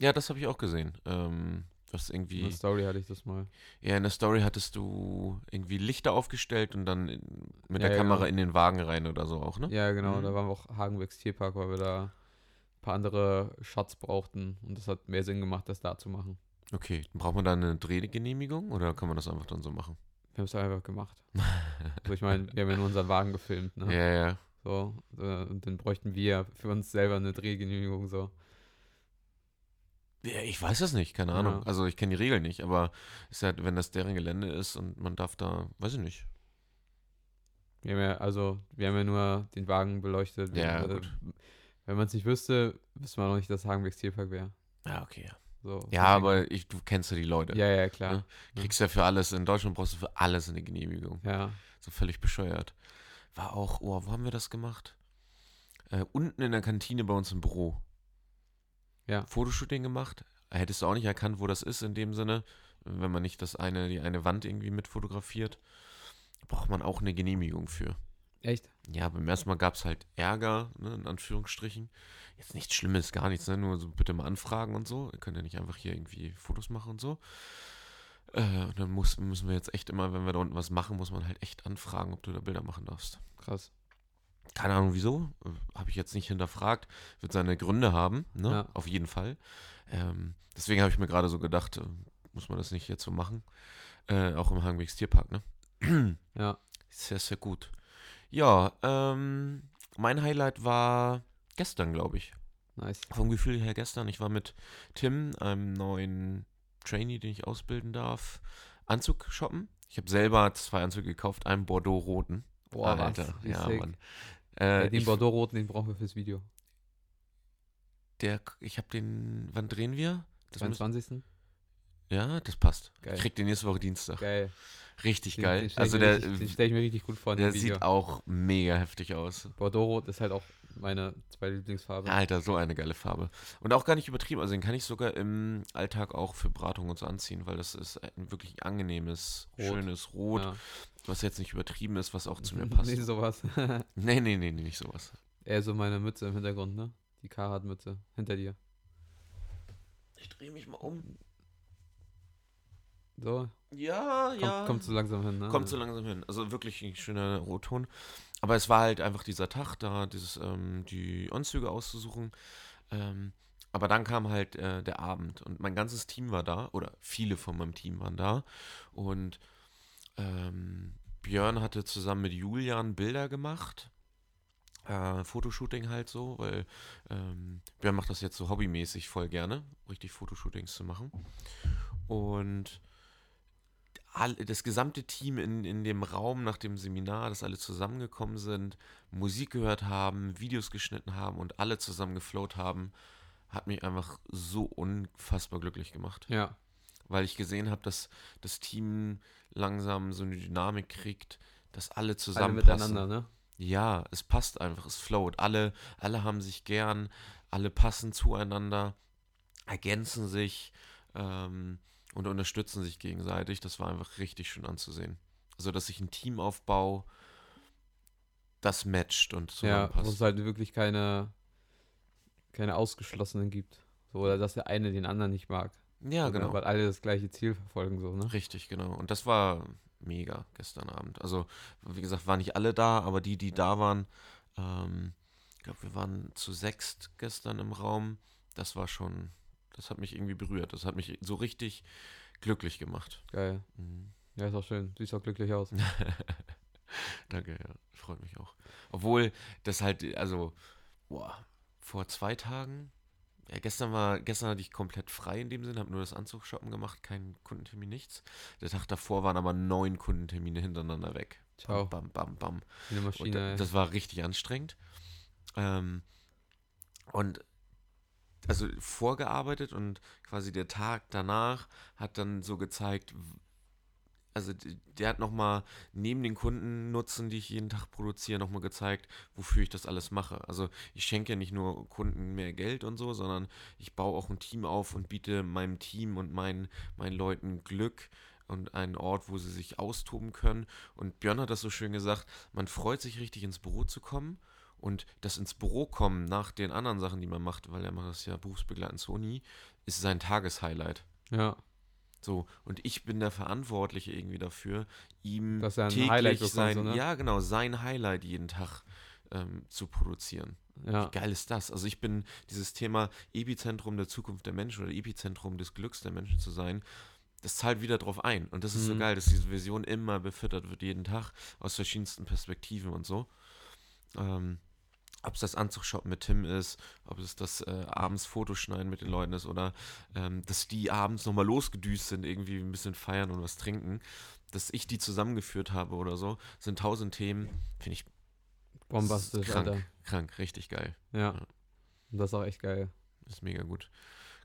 Speaker 2: ja, das habe ich auch gesehen. Ähm, das ist
Speaker 3: in
Speaker 2: irgendwie.
Speaker 3: der Story hatte ich das mal.
Speaker 2: Ja, in der Story hattest du irgendwie Lichter aufgestellt und dann in, mit
Speaker 3: Ja,
Speaker 2: der
Speaker 3: ja,
Speaker 2: Kamera
Speaker 3: genau.
Speaker 2: in den Wagen rein oder so auch, ne?
Speaker 3: Ja, genau,
Speaker 2: Mhm.
Speaker 3: da waren wir auch Hagenbecks Tierpark, weil wir da ein paar andere Shots brauchten und das hat mehr Sinn gemacht, das da zu machen.
Speaker 2: Okay, braucht man da eine Drehgenehmigung oder kann man das einfach dann so machen?
Speaker 3: Wir haben es einfach gemacht. Also ich meine, wir haben ja nur unseren Wagen gefilmt, ne?
Speaker 2: Ja, ja.
Speaker 3: So, äh, und dann bräuchten wir für uns selber eine Drehgenehmigung, so.
Speaker 2: Ja, ich weiß das nicht, keine Ahnung.
Speaker 3: Ja.
Speaker 2: Also ich kenne die Regeln nicht, aber ist halt, wenn das deren Gelände ist und man darf da, weiß ich nicht.
Speaker 3: Wir haben ja, also, wir haben ja nur den Wagen beleuchtet. Wir-
Speaker 2: Ja,
Speaker 3: äh,
Speaker 2: gut.
Speaker 3: Wenn man es nicht wüsste, wüsste man auch nicht, dass Hagenbecks Tierpark wäre.
Speaker 2: Ja, okay. Ja,
Speaker 3: So,
Speaker 2: ja
Speaker 3: deswegen-
Speaker 2: aber ich, du kennst ja die Leute.
Speaker 3: Ja, ja, klar.
Speaker 2: Ne? Kriegst ja für alles, in Deutschland brauchst du für alles eine Genehmigung.
Speaker 3: Ja.
Speaker 2: So völlig bescheuert. War auch, oh, wo haben wir das gemacht? Äh, unten in der Kantine bei uns im Büro.
Speaker 3: Ja.
Speaker 2: Fotoshooting gemacht. Hättest du auch nicht erkannt, wo das ist in dem Sinne, wenn man nicht das eine, die eine Wand irgendwie mit fotografiert. Braucht man auch eine Genehmigung für.
Speaker 3: Echt?
Speaker 2: Ja, beim ersten Mal gab es halt Ärger, ne, in Anführungsstrichen. Jetzt nichts Schlimmes, gar nichts, ne? nur so bitte mal anfragen und so. Ihr könnt ja nicht einfach hier irgendwie Fotos machen und so. Äh, und dann muss, müssen wir jetzt echt immer, wenn wir da unten was machen, muss man halt echt anfragen, ob du da Bilder machen darfst.
Speaker 3: Krass.
Speaker 2: Keine Ahnung wieso, habe ich jetzt nicht hinterfragt. Wird seine Gründe haben, ne?
Speaker 3: Ja.
Speaker 2: auf jeden Fall. Ähm, deswegen habe ich mir gerade so gedacht, äh, muss man das nicht jetzt so machen. Äh, auch im Hagenwegs Tierpark, ne?
Speaker 3: Ja.
Speaker 2: Sehr, sehr gut. Ja, ähm, mein Highlight war gestern, glaube ich.
Speaker 3: Nice.
Speaker 2: Vom Gefühl her gestern. Ich war mit Tim, einem neuen Trainee, den ich ausbilden darf, Anzug shoppen. Ich habe selber zwei Anzüge gekauft, einen Bordeaux-roten.
Speaker 3: Boah, was? Wie
Speaker 2: Ja,
Speaker 3: sick.
Speaker 2: Mann.
Speaker 3: Äh,
Speaker 2: Äh,
Speaker 3: den
Speaker 2: ich,
Speaker 3: Bordeaux-Roten, den brauchen wir fürs Video.
Speaker 2: der, ich habe den, wann drehen wir? Das müssen,
Speaker 3: 22.
Speaker 2: ja, das passt.
Speaker 3: Geil.
Speaker 2: Ich krieg den nächste Woche Dienstag.
Speaker 3: Geil.
Speaker 2: Richtig
Speaker 3: Äh. Den-
Speaker 2: geil.
Speaker 3: Den, stell ich
Speaker 2: also
Speaker 3: mir
Speaker 2: der,
Speaker 3: richtig- den stelle ich mir richtig gut vor in
Speaker 2: der
Speaker 3: dem Video.
Speaker 2: sieht auch mega heftig aus.
Speaker 3: Bordeaux-Rot ist halt auch meine zweite Lieblingsfarbe.
Speaker 2: Alter, so eine geile Farbe. Und auch gar nicht übertrieben. Also den kann ich sogar im Alltag auch für Beratung und so anziehen, weil das ist ein wirklich angenehmes,
Speaker 3: Rot.
Speaker 2: schönes Rot,
Speaker 3: Ja.
Speaker 2: was jetzt nicht übertrieben ist, was auch zu mir passt.
Speaker 3: nee,
Speaker 2: nee,
Speaker 3: sowas.
Speaker 2: nee, nee, nee, nicht sowas.
Speaker 3: Eher so meine Mütze im Hintergrund, ne? Die Carhartt-Mütze hinter dir.
Speaker 2: Ich drehe mich mal um.
Speaker 3: So,
Speaker 2: Ja,
Speaker 3: kommt,
Speaker 2: ja.
Speaker 3: kommt so langsam hin, ne?
Speaker 2: Kommt so langsam hin. Also wirklich ein schöner Rotton. Aber es war halt einfach dieser Tag, da dieses, ähm, die Anzüge auszusuchen. Ähm, aber dann kam halt äh, der Abend und mein ganzes Team war da, oder viele von meinem Team waren da. Und ähm, Björn hatte zusammen mit Julian Bilder gemacht. Äh, Fotoshooting halt so, weil ähm, Björn macht das jetzt so hobbymäßig voll gerne, richtig Fotoshootings zu machen. Und all, das gesamte Team in, in dem Raum nach dem Seminar, dass alle zusammengekommen sind, Musik gehört haben, Videos geschnitten haben und alle zusammen geflowt haben, hat mich einfach so unfassbar glücklich gemacht.
Speaker 3: Ja,
Speaker 2: Weil ich gesehen habe, dass das Team langsam so eine Dynamik kriegt, dass alle
Speaker 3: alle
Speaker 2: zusammen
Speaker 3: miteinander, ne?
Speaker 2: ja, es passt einfach, es float. Alle, alle haben sich gern, alle passen zueinander, ergänzen sich ähm, und unterstützen sich gegenseitig. Das war einfach richtig schön anzusehen. Also, dass ich ein Team aufbaue, das matcht und
Speaker 3: Ja, wo
Speaker 2: zusammenpasst.
Speaker 3: es halt wirklich keine, keine Ausgeschlossenen gibt. So, oder dass der eine den anderen nicht mag.
Speaker 2: Ja,
Speaker 3: Oder
Speaker 2: genau.
Speaker 3: ne, Weil alle das gleiche Ziel verfolgen, so, ne?
Speaker 2: Richtig, genau. Und das war mega gestern Abend. Also, wie gesagt, waren nicht alle da, aber die, die da waren, ähm, ich glaube, wir waren zu sechst gestern im Raum. Das war schon, das hat mich irgendwie berührt. Das hat mich so richtig glücklich gemacht.
Speaker 3: Geil.
Speaker 2: Mhm.
Speaker 3: Ja, ist auch schön. Siehst auch glücklich aus.
Speaker 2: Danke, ja. Freut mich auch. Obwohl, das halt, also, boah, vor zwei Tagen. Ja, gestern war, gestern hatte ich komplett frei in dem Sinn, habe nur das Anzugshoppen gemacht, keinen Kundentermin, nichts. Der Tag davor waren aber neun Kundentermine hintereinander weg.
Speaker 3: Ciao.
Speaker 2: Bam, bam, bam.
Speaker 3: Wie eine
Speaker 2: Und
Speaker 3: Maschine.
Speaker 2: da,
Speaker 3: ey.
Speaker 2: das war richtig anstrengend. Ähm, und also vorgearbeitet und quasi der Tag danach hat dann so gezeigt, w- also d- der hat nochmal neben den Kundennutzen, die ich jeden Tag produziere, nochmal gezeigt, wofür ich das alles mache. Also ich schenke ja nicht nur Kunden mehr Geld und so, sondern ich baue auch ein Team auf und biete meinem Team und meinen, meinen Leuten Glück und einen Ort, wo sie sich austoben können. Und Björn hat das so schön gesagt, man freut sich richtig ins Büro zu kommen und das ins Büro kommen nach den anderen Sachen, die man macht, weil er macht das ja berufsbegleitend zur Uni, ist sein Tageshighlight.
Speaker 3: ja,
Speaker 2: So, und ich bin der Verantwortliche irgendwie dafür, ihm
Speaker 3: Dass er ein
Speaker 2: täglich
Speaker 3: Highlight bekommt,
Speaker 2: sein,
Speaker 3: so, ne?
Speaker 2: ja genau, sein Highlight jeden Tag ähm, zu produzieren.
Speaker 3: ja.
Speaker 2: Wie geil ist das? Also ich bin dieses Thema Epizentrum der Zukunft der Menschen oder Epizentrum des Glücks der Menschen zu sein, das zahlt wieder drauf ein. Und das ist so
Speaker 3: Mhm.
Speaker 2: geil, dass diese Vision immer befüttert wird, jeden Tag, aus verschiedensten Perspektiven und so. Ähm, ob es das Anzugshop mit Tim ist, ob es das äh, abends Fotoschneiden mit den Leuten ist oder ähm, dass die abends nochmal losgedüst sind, irgendwie ein bisschen feiern und was trinken, dass ich die zusammengeführt habe oder so, sind tausend Themen, finde ich
Speaker 3: Bombastisch,
Speaker 2: krank,
Speaker 3: Alter.
Speaker 2: krank, richtig geil.
Speaker 3: Ja.
Speaker 2: Ja.
Speaker 3: Und Das ist auch echt geil.
Speaker 2: Ist mega gut.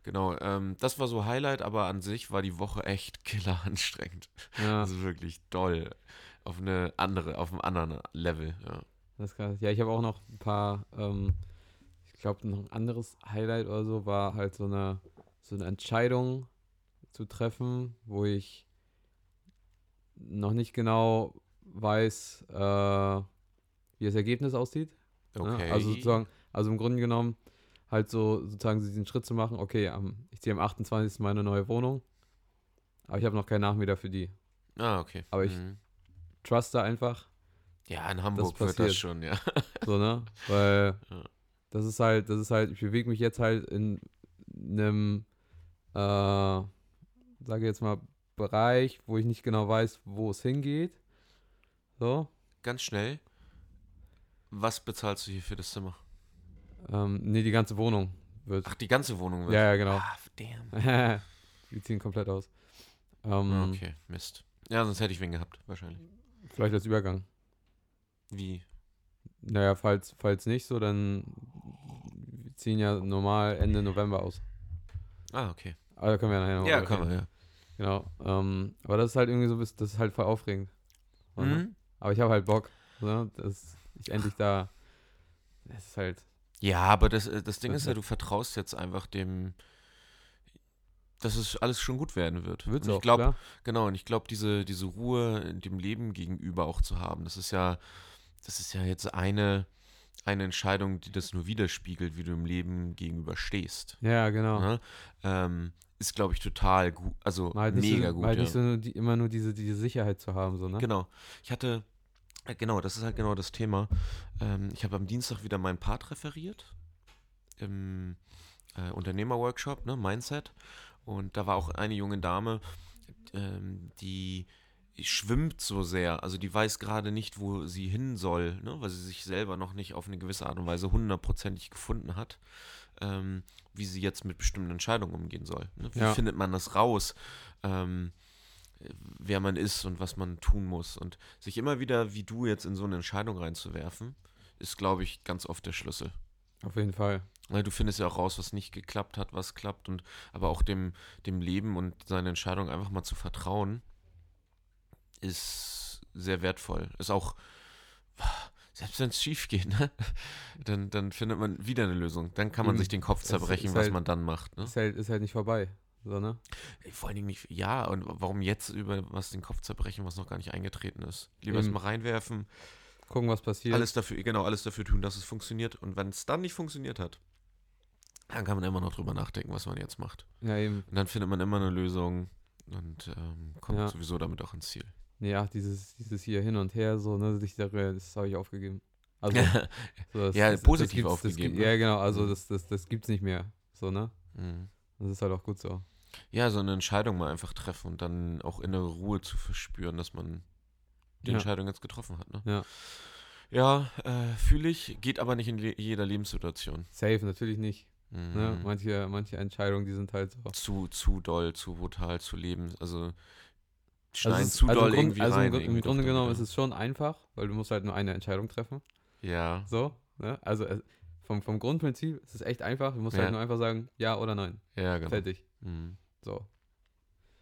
Speaker 2: Genau, ähm, das war so Highlight, aber an sich war die Woche echt killer anstrengend.
Speaker 3: Ja,
Speaker 2: Also wirklich doll. Auf eine andere, auf einem anderen Level, ja.
Speaker 3: das ist krass. Ja, ich habe auch noch ein paar, ähm, ich glaube, noch ein anderes Highlight oder so war halt so eine, so eine Entscheidung zu treffen, wo ich noch nicht genau weiß, äh, wie das Ergebnis aussieht.
Speaker 2: Okay.
Speaker 3: Ne? Also sozusagen, also im Grunde genommen halt so sozusagen diesen Schritt zu machen, okay, am, ich ziehe am 28. meine neue Wohnung, aber ich habe noch keinen Nachmieter für die.
Speaker 2: ah, okay.
Speaker 3: aber ich-
Speaker 2: Mhm.
Speaker 3: Trust da einfach,
Speaker 2: Ja, in Hamburg wird das
Speaker 3: passiert.
Speaker 2: schon, ja.
Speaker 3: so, ne? Weil
Speaker 2: Ja.
Speaker 3: das ist halt, das ist halt, ich bewege mich jetzt halt in einem, äh, sage jetzt mal, Bereich, wo ich nicht genau weiß, wo es hingeht. So,
Speaker 2: Ganz schnell. Was bezahlst du hier für das Zimmer?
Speaker 3: ähm, nee, die ganze Wohnung wird.
Speaker 2: Ach, die ganze Wohnung wird.
Speaker 3: ja, ja, genau.
Speaker 2: Ah, damn.
Speaker 3: Wir ziehen komplett aus. Ähm,
Speaker 2: Ah, Okay, Mist. Ja, sonst hätte ich wen gehabt, wahrscheinlich.
Speaker 3: Vielleicht als Übergang.
Speaker 2: Wie?
Speaker 3: Naja, falls, falls nicht so, dann wir ziehen ja normal Ende November aus.
Speaker 2: Ah, okay.
Speaker 3: Aber da können wir ja nachher noch
Speaker 2: Ja,
Speaker 3: drüber
Speaker 2: komm,
Speaker 3: reden.
Speaker 2: ja.
Speaker 3: Genau. Ähm, aber das ist halt irgendwie so, ein bisschen- das ist halt voll aufregend. So, ne?
Speaker 2: Mhm.
Speaker 3: Aber ich habe halt Bock, ne? dass ich endlich da. Es ist halt.
Speaker 2: Ja, aber das, äh, das Ding
Speaker 3: Das
Speaker 2: ist ja, du vertraust jetzt einfach dem, dass es alles schon gut werden wird.
Speaker 3: Wird's
Speaker 2: und ich
Speaker 3: auch,
Speaker 2: glaube,
Speaker 3: klar.
Speaker 2: genau, und ich glaube, diese, diese Ruhe dem Leben gegenüber auch zu haben, das ist ja, das ist ja jetzt eine, eine Entscheidung, die das nur widerspiegelt, wie du im Leben gegenüber stehst.
Speaker 3: Ja, genau.
Speaker 2: Ne? Ähm, ist, glaube ich, total gut. Also
Speaker 3: Mal halt nicht
Speaker 2: mega
Speaker 3: so,
Speaker 2: gut.
Speaker 3: mal halt
Speaker 2: ja.
Speaker 3: nicht so nur die, immer nur diese, diese Sicherheit zu haben, so, ne?
Speaker 2: Genau. Ich hatte, äh, genau, das ist halt genau das Thema. Ähm, ich habe am Dienstag wieder meinen Part referiert im äh, Unternehmerworkshop, ne, Mindset. Und da war auch eine junge Dame, ähm, die schwimmt so sehr, also die weiß gerade nicht, wo sie hin soll, ne, weil sie sich selber noch nicht auf eine gewisse Art und Weise hundertprozentig gefunden hat, ähm, wie sie jetzt mit bestimmten Entscheidungen umgehen soll. Ne? Wie
Speaker 3: Ja.
Speaker 2: findet man das raus? Ähm, wer man ist und was man tun muss. Und sich immer wieder, wie du jetzt in so eine Entscheidung reinzuwerfen, ist, glaube ich, ganz oft der Schlüssel.
Speaker 3: Auf jeden Fall.
Speaker 2: Weil Ne, du findest ja auch raus, was nicht geklappt hat, was klappt und aber auch dem, dem Leben und seine Entscheidung einfach mal zu vertrauen, ist sehr wertvoll. Ist auch, selbst wenn es schief geht, ne? dann, dann findet man wieder eine Lösung. Dann kann man
Speaker 3: Eben.
Speaker 2: sich den Kopf
Speaker 3: Es
Speaker 2: zerbrechen,
Speaker 3: ist
Speaker 2: was
Speaker 3: halt-
Speaker 2: man dann macht. Ne?
Speaker 3: Ist halt, ist halt nicht vorbei, so, ne?
Speaker 2: Vor allen Dingen nicht, ja, und warum jetzt über was den Kopf zerbrechen, was noch gar nicht eingetreten ist? Lieber
Speaker 3: Eben.
Speaker 2: erstmal reinwerfen,
Speaker 3: Gucken, was passiert.
Speaker 2: alles dafür, genau, alles dafür tun, dass es funktioniert. Und wenn es dann nicht funktioniert hat, dann kann man immer noch drüber nachdenken, was man jetzt macht.
Speaker 3: Ja, eben.
Speaker 2: Und dann findet man immer eine Lösung und ähm, kommt
Speaker 3: Ja.
Speaker 2: sowieso damit auch ins Ziel.
Speaker 3: Nee, ach, dieses, dieses hier hin und her, so, ne? Sich darüber, das habe ich aufgegeben. Also, so, das,
Speaker 2: Ja,
Speaker 3: das,
Speaker 2: positiv
Speaker 3: gibt's-
Speaker 2: aufgegeben,
Speaker 3: Das
Speaker 2: ne?
Speaker 3: gibt, ja, genau, also
Speaker 2: Mhm.
Speaker 3: das, das, das gibt's nicht mehr. So, ne?
Speaker 2: Mhm.
Speaker 3: Das ist halt auch gut so.
Speaker 2: ja, so eine Entscheidung mal einfach treffen und dann auch innere Ruhe zu verspüren, dass man die
Speaker 3: Ja.
Speaker 2: Entscheidung jetzt getroffen hat. Ne?
Speaker 3: Ja.
Speaker 2: Ja, äh, fühle ich, geht aber nicht in le jeder Lebenssituation.
Speaker 3: Safe, natürlich nicht. Ne?
Speaker 2: Mhm.
Speaker 3: Manche, manche Entscheidungen, die sind halt so.
Speaker 2: zu, zu doll, zu brutal zu leben. Also schneiden
Speaker 3: Also, es-
Speaker 2: zu
Speaker 3: also
Speaker 2: doll
Speaker 3: im Grund-
Speaker 2: irgendwie
Speaker 3: also im
Speaker 2: rein.
Speaker 3: Grund- Im
Speaker 2: irgendwie
Speaker 3: Grunde
Speaker 2: doch dann
Speaker 3: genommen
Speaker 2: wieder.
Speaker 3: ist es schon einfach, weil du musst halt nur eine Entscheidung treffen.
Speaker 2: Ja,
Speaker 3: So, ne? Also äh, vom, vom Grundprinzip ist es echt einfach. Du musst
Speaker 2: Ja.
Speaker 3: halt nur einfach sagen, ja oder nein.
Speaker 2: ja, genau.
Speaker 3: Fertig.
Speaker 2: Mhm.
Speaker 3: So.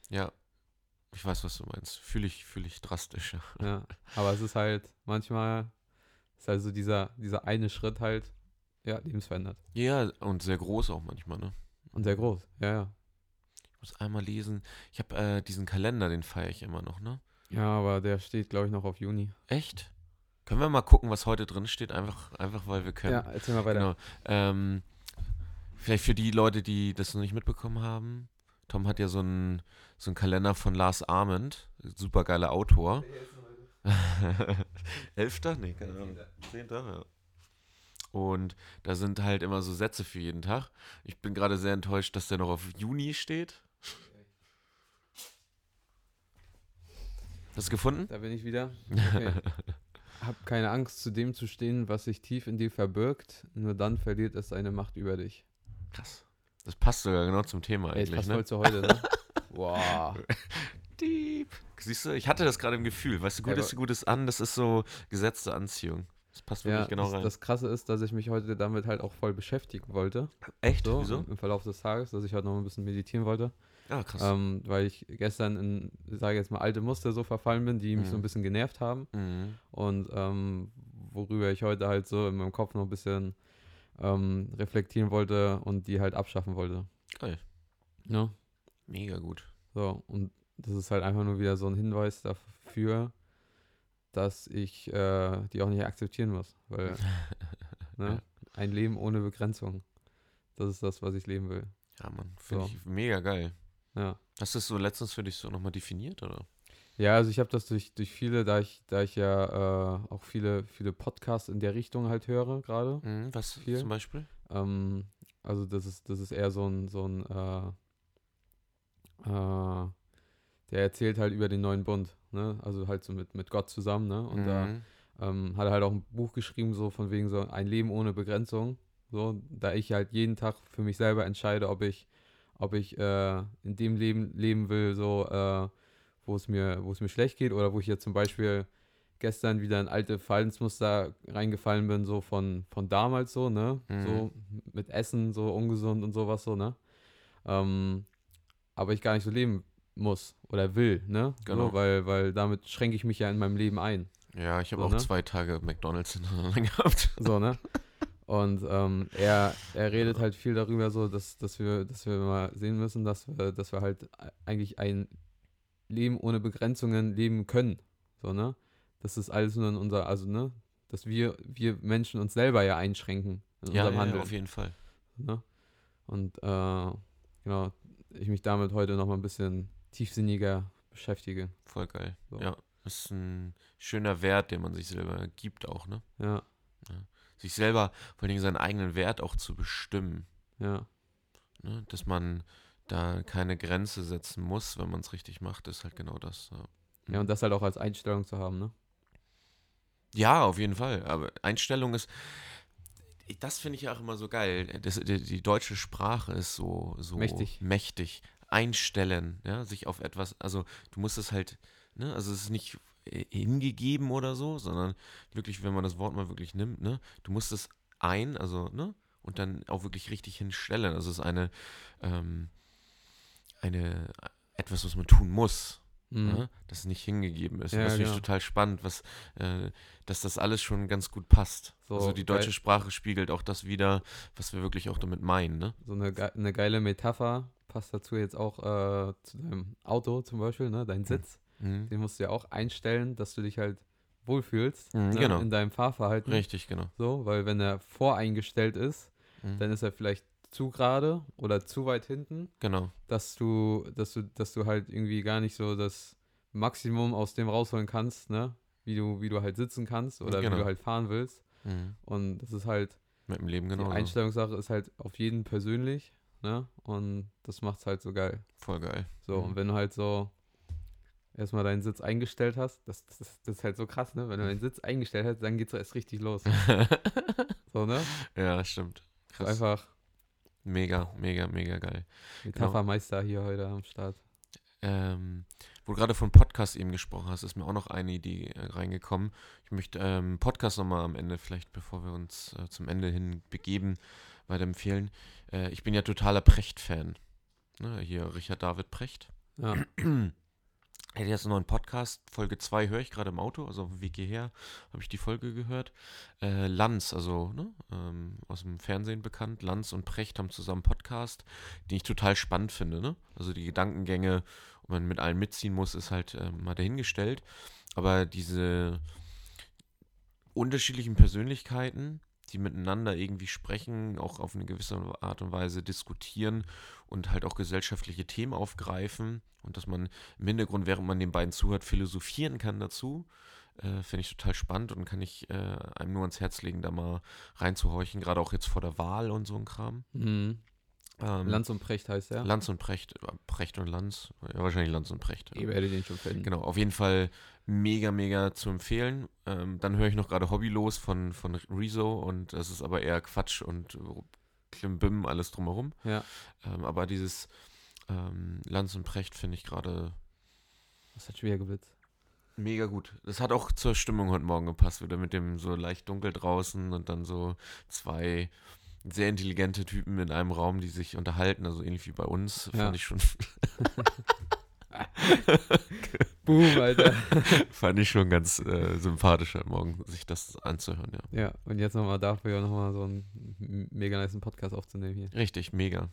Speaker 2: Ja. Ich weiß, was du meinst. Fühle ich, fühle ich drastischer.
Speaker 3: Ja. ne? Aber es ist halt, manchmal ist halt so dieser, dieser eine Schritt halt, ja, lebensverändert.
Speaker 2: Ja, und sehr groß auch manchmal, ne?
Speaker 3: Und sehr groß. Ja, ja.
Speaker 2: Ich muss einmal lesen. Ich habe äh, diesen Kalender, den feiere ich immer noch, ne?
Speaker 3: Ja, aber der steht, glaube ich, noch auf Juni.
Speaker 2: Echt? Können wir mal gucken, was heute drin steht? Einfach, einfach weil wir können.
Speaker 3: Ja, erzähl mal weiter.
Speaker 2: Genau. Ähm, vielleicht für die Leute, die das noch nicht mitbekommen haben. Tom hat ja so einen, so einen Kalender von Lars Arment, supergeiler Autor. Elfter? Nee, keine Ahnung. Zehnter, ja. Und da sind halt immer so Sätze für jeden Tag. Ich bin gerade sehr enttäuscht, dass der noch auf Juni steht. Hast du gefunden?
Speaker 3: Da bin ich wieder. Okay. Hab keine Angst, zu dem zu stehen, was sich tief in dir verbirgt. Nur dann verliert es seine Macht über dich.
Speaker 2: Krass. Das passt sogar genau zum Thema
Speaker 3: Ey, das
Speaker 2: eigentlich,
Speaker 3: passt
Speaker 2: ne?
Speaker 3: voll zu heute, ne? Wow.
Speaker 2: Diep. Siehst du, ich hatte das gerade im Gefühl. Weißt du,
Speaker 3: Ja,
Speaker 2: Gutes,
Speaker 3: aber-
Speaker 2: Gutes an, das ist so gesetzte Anziehung. Das passt wirklich
Speaker 3: Ja,
Speaker 2: genau
Speaker 3: das,
Speaker 2: rein.
Speaker 3: das Krasse ist, dass ich mich heute damit halt auch voll beschäftigen wollte.
Speaker 2: Echt?
Speaker 3: So,
Speaker 2: Wieso?
Speaker 3: im- im Verlauf des Tages, dass ich halt noch ein bisschen meditieren wollte.
Speaker 2: Ah, krass.
Speaker 3: Ähm, weil ich gestern in, sage ich jetzt mal, alte Muster so verfallen bin, die mich so
Speaker 2: Mhm.
Speaker 3: ein bisschen genervt haben.
Speaker 2: mhm.
Speaker 3: Und ähm, worüber ich heute halt so in meinem Kopf noch ein bisschen ähm, reflektieren wollte und die halt abschaffen wollte.
Speaker 2: Geil.
Speaker 3: Ja.
Speaker 2: Mega gut.
Speaker 3: So, und das ist halt einfach nur wieder so ein Hinweis dafür, dass ich äh, die auch nicht akzeptieren muss. Weil ne, ein Leben ohne Begrenzung, das ist das, was ich leben will.
Speaker 2: Ja, Mann. Finde
Speaker 3: So.
Speaker 2: ich mega geil.
Speaker 3: Ja.
Speaker 2: Hast du es so letztens für dich so nochmal definiert, oder?
Speaker 3: Ja, also ich habe das durch, durch viele, da ich, da ich ja äh, auch viele, viele Podcasts in der Richtung halt höre gerade.
Speaker 2: Mhm, was
Speaker 3: Viel.
Speaker 2: zum Beispiel?
Speaker 3: Ähm, also das ist, das ist eher so ein, so ein äh, äh, der erzählt halt über den neuen Bund, ne? Also halt so mit, mit Gott zusammen, ne? Und da
Speaker 2: Mhm.
Speaker 3: ähm, hat er halt auch ein Buch geschrieben, so von wegen so ein Leben ohne Begrenzung. So, da ich halt jeden Tag für mich selber entscheide, ob ich, ob ich äh, in dem Leben leben will, so äh, wo es mir, wo es mir schlecht geht, oder wo ich jetzt zum Beispiel gestern wieder in alte Verhaltensmuster reingefallen bin, so von, von damals so, ne?
Speaker 2: Mhm.
Speaker 3: So mit Essen, so ungesund und sowas so, ne? Ähm, aber ich gar nicht so leben muss oder will, ne?
Speaker 2: Genau.
Speaker 3: So, weil, weil damit schränke ich mich ja in meinem Leben ein.
Speaker 2: Ja, ich habe
Speaker 3: So,
Speaker 2: auch
Speaker 3: ne?
Speaker 2: zwei Tage McDonalds hintereinander gehabt.
Speaker 3: So, ne? Und ähm, er, er redet halt viel darüber, so, dass, dass, wir, dass wir mal sehen müssen, dass wir, dass wir halt eigentlich ein Leben ohne Begrenzungen leben können. So, ne? Das ist alles nur in unser, also, ne? Dass wir, wir Menschen uns selber ja einschränken in
Speaker 2: Ja,
Speaker 3: unserem
Speaker 2: ja, ja,
Speaker 3: Handeln.
Speaker 2: auf jeden Fall.
Speaker 3: Ne? Und äh, genau, ich mich damit heute noch mal ein bisschen tiefsinniger beschäftige.
Speaker 2: Voll geil.
Speaker 3: So.
Speaker 2: Ja, ist ein schöner Wert, den man sich selber gibt auch, ne?
Speaker 3: Ja,
Speaker 2: Sich selber, vor allen Dingen seinen eigenen Wert auch zu bestimmen,
Speaker 3: ja,
Speaker 2: ne? Dass man da keine Grenze setzen muss, wenn man es richtig macht, ist halt genau das. Ja.
Speaker 3: ja. Und das halt auch als Einstellung zu haben, ne?
Speaker 2: Ja, auf jeden Fall. Aber Einstellung ist, das finde ich ja auch immer so geil. Das, die, die deutsche Sprache ist so, so
Speaker 3: Mächtig.
Speaker 2: mächtig. Einstellen, ja, sich auf etwas, also du musst es halt, ne, also es ist nicht äh, hingegeben oder so, sondern wirklich, wenn man das Wort mal wirklich nimmt, ne, du musst es ein, also, ne, und dann auch wirklich richtig hinstellen. Also es ist eine, ähm, eine, äh, etwas, was man tun muss,
Speaker 3: Mhm.
Speaker 2: ne? dass es nicht hingegeben ist.
Speaker 3: Ja,
Speaker 2: und das finde
Speaker 3: genau.
Speaker 2: ich total spannend, was, äh, dass das alles schon ganz gut passt.
Speaker 3: So,
Speaker 2: also die
Speaker 3: weil-
Speaker 2: deutsche Sprache spiegelt auch das wieder, was wir wirklich auch damit meinen. Ne?
Speaker 3: So eine, ge eine geile Metapher passt dazu jetzt auch äh, zu deinem Auto zum Beispiel, ne? Dein Sitz.
Speaker 2: Mhm.
Speaker 3: Den musst du ja auch einstellen, dass du dich halt wohlfühlst
Speaker 2: Mhm,
Speaker 3: ne?
Speaker 2: genau.
Speaker 3: in deinem Fahrverhalten.
Speaker 2: Richtig, genau.
Speaker 3: So, weil wenn er voreingestellt ist,
Speaker 2: Mhm.
Speaker 3: dann ist er vielleicht zu gerade oder zu weit hinten,
Speaker 2: Genau.
Speaker 3: dass du, dass du, dass du halt irgendwie gar nicht so das Maximum aus dem rausholen kannst, ne? Wie du, wie du halt sitzen kannst oder wie
Speaker 2: Genau.
Speaker 3: du halt fahren willst.
Speaker 2: Mhm.
Speaker 3: Und das ist halt,
Speaker 2: Mit dem Leben genau.
Speaker 3: die
Speaker 2: so.
Speaker 3: Einstellungssache ist halt auf jeden persönlich, ne? Und das macht's halt so geil.
Speaker 2: Voll geil.
Speaker 3: So,
Speaker 2: Mhm.
Speaker 3: und wenn du halt so erstmal deinen Sitz eingestellt hast, das, das, ist- das ist halt so krass, ne? Wenn du deinen Sitz eingestellt hast, dann geht's so erst richtig los. so, ne?
Speaker 2: ja, stimmt.
Speaker 3: So
Speaker 2: Krass.
Speaker 3: einfach Genau.
Speaker 2: Mega, mega, mega geil.
Speaker 3: Metaphermeister hier heute am Start.
Speaker 2: Ähm, wo du gerade von Podcast eben gesprochen hast, ist mir auch noch eine Idee äh, reingekommen. Ich möchte ähm, Podcast nochmal am Ende, vielleicht bevor wir uns äh, zum Ende hin begeben, weiterempfehlen. Äh, ich bin ja totaler Precht-Fan. Ne, hier Richard David Precht.
Speaker 3: Ja,
Speaker 2: Er hat jetzt einen neuen Podcast, Folge 2 höre ich gerade im Auto, also auf dem Weg hierher habe ich die Folge gehört. Äh, Lanz, also ne, ähm, aus dem Fernsehen bekannt, Lanz und Precht haben zusammen einen Podcast, den ich total spannend finde. Ne? Also die Gedankengänge, ob man mit allen mitziehen muss, ist halt äh, mal dahingestellt. Aber diese unterschiedlichen Persönlichkeiten, die miteinander irgendwie sprechen, auch auf eine gewisse Art und Weise diskutieren und halt auch gesellschaftliche Themen aufgreifen und dass man im Hintergrund, während man den beiden zuhört, philosophieren kann dazu. Äh, Finde ich total spannend und kann ich äh, einem nur ans Herz legen, da mal reinzuhorchen, gerade auch jetzt vor der Wahl und so ein Kram.
Speaker 3: Mhm.
Speaker 2: Ähm,
Speaker 3: Lanz und Precht heißt er.
Speaker 2: Lanz und Precht, äh, Precht und Lanz, ja, wahrscheinlich Lanz und Precht. ja.
Speaker 3: Ihr werdet ihn schon finden.
Speaker 2: Genau, auf jeden Fall mega, mega zu empfehlen. Ähm, dann höre ich noch gerade Hobbylos von, von Rezo und das ist aber eher Quatsch und äh, Klimbim, alles drumherum.
Speaker 3: Ja.
Speaker 2: Ähm, aber dieses ähm, Lanz und Precht finde ich gerade
Speaker 3: Das hat schwer geblitzt.
Speaker 2: Mega gut. Das hat auch zur Stimmung heute Morgen gepasst, wieder mit dem so leicht dunkel draußen und dann so zwei sehr intelligente Typen in einem Raum, die sich unterhalten, also ähnlich wie bei uns,
Speaker 3: Ja.
Speaker 2: fand ich schon,
Speaker 3: Boom, Alter.
Speaker 2: fand ich schon ganz äh, sympathisch heute Morgen, sich das anzuhören, ja.
Speaker 3: ja, und jetzt nochmal dafür nochmal so einen m- mega nice Podcast aufzunehmen hier.
Speaker 2: Richtig, mega.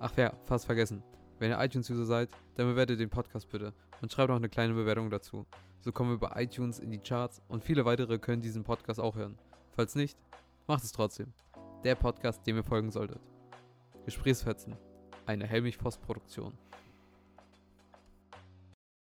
Speaker 3: Ach ja, fast vergessen. Wenn ihr iTunes-User seid, dann bewertet den Podcast bitte und schreibt noch eine kleine Bewertung dazu. So kommen wir bei iTunes in die Charts und viele weitere können diesen Podcast auch hören. Falls nicht, macht es trotzdem. Der Podcast, dem ihr folgen solltet. Gesprächsfetzen. Eine Helmich-Post-Produktion.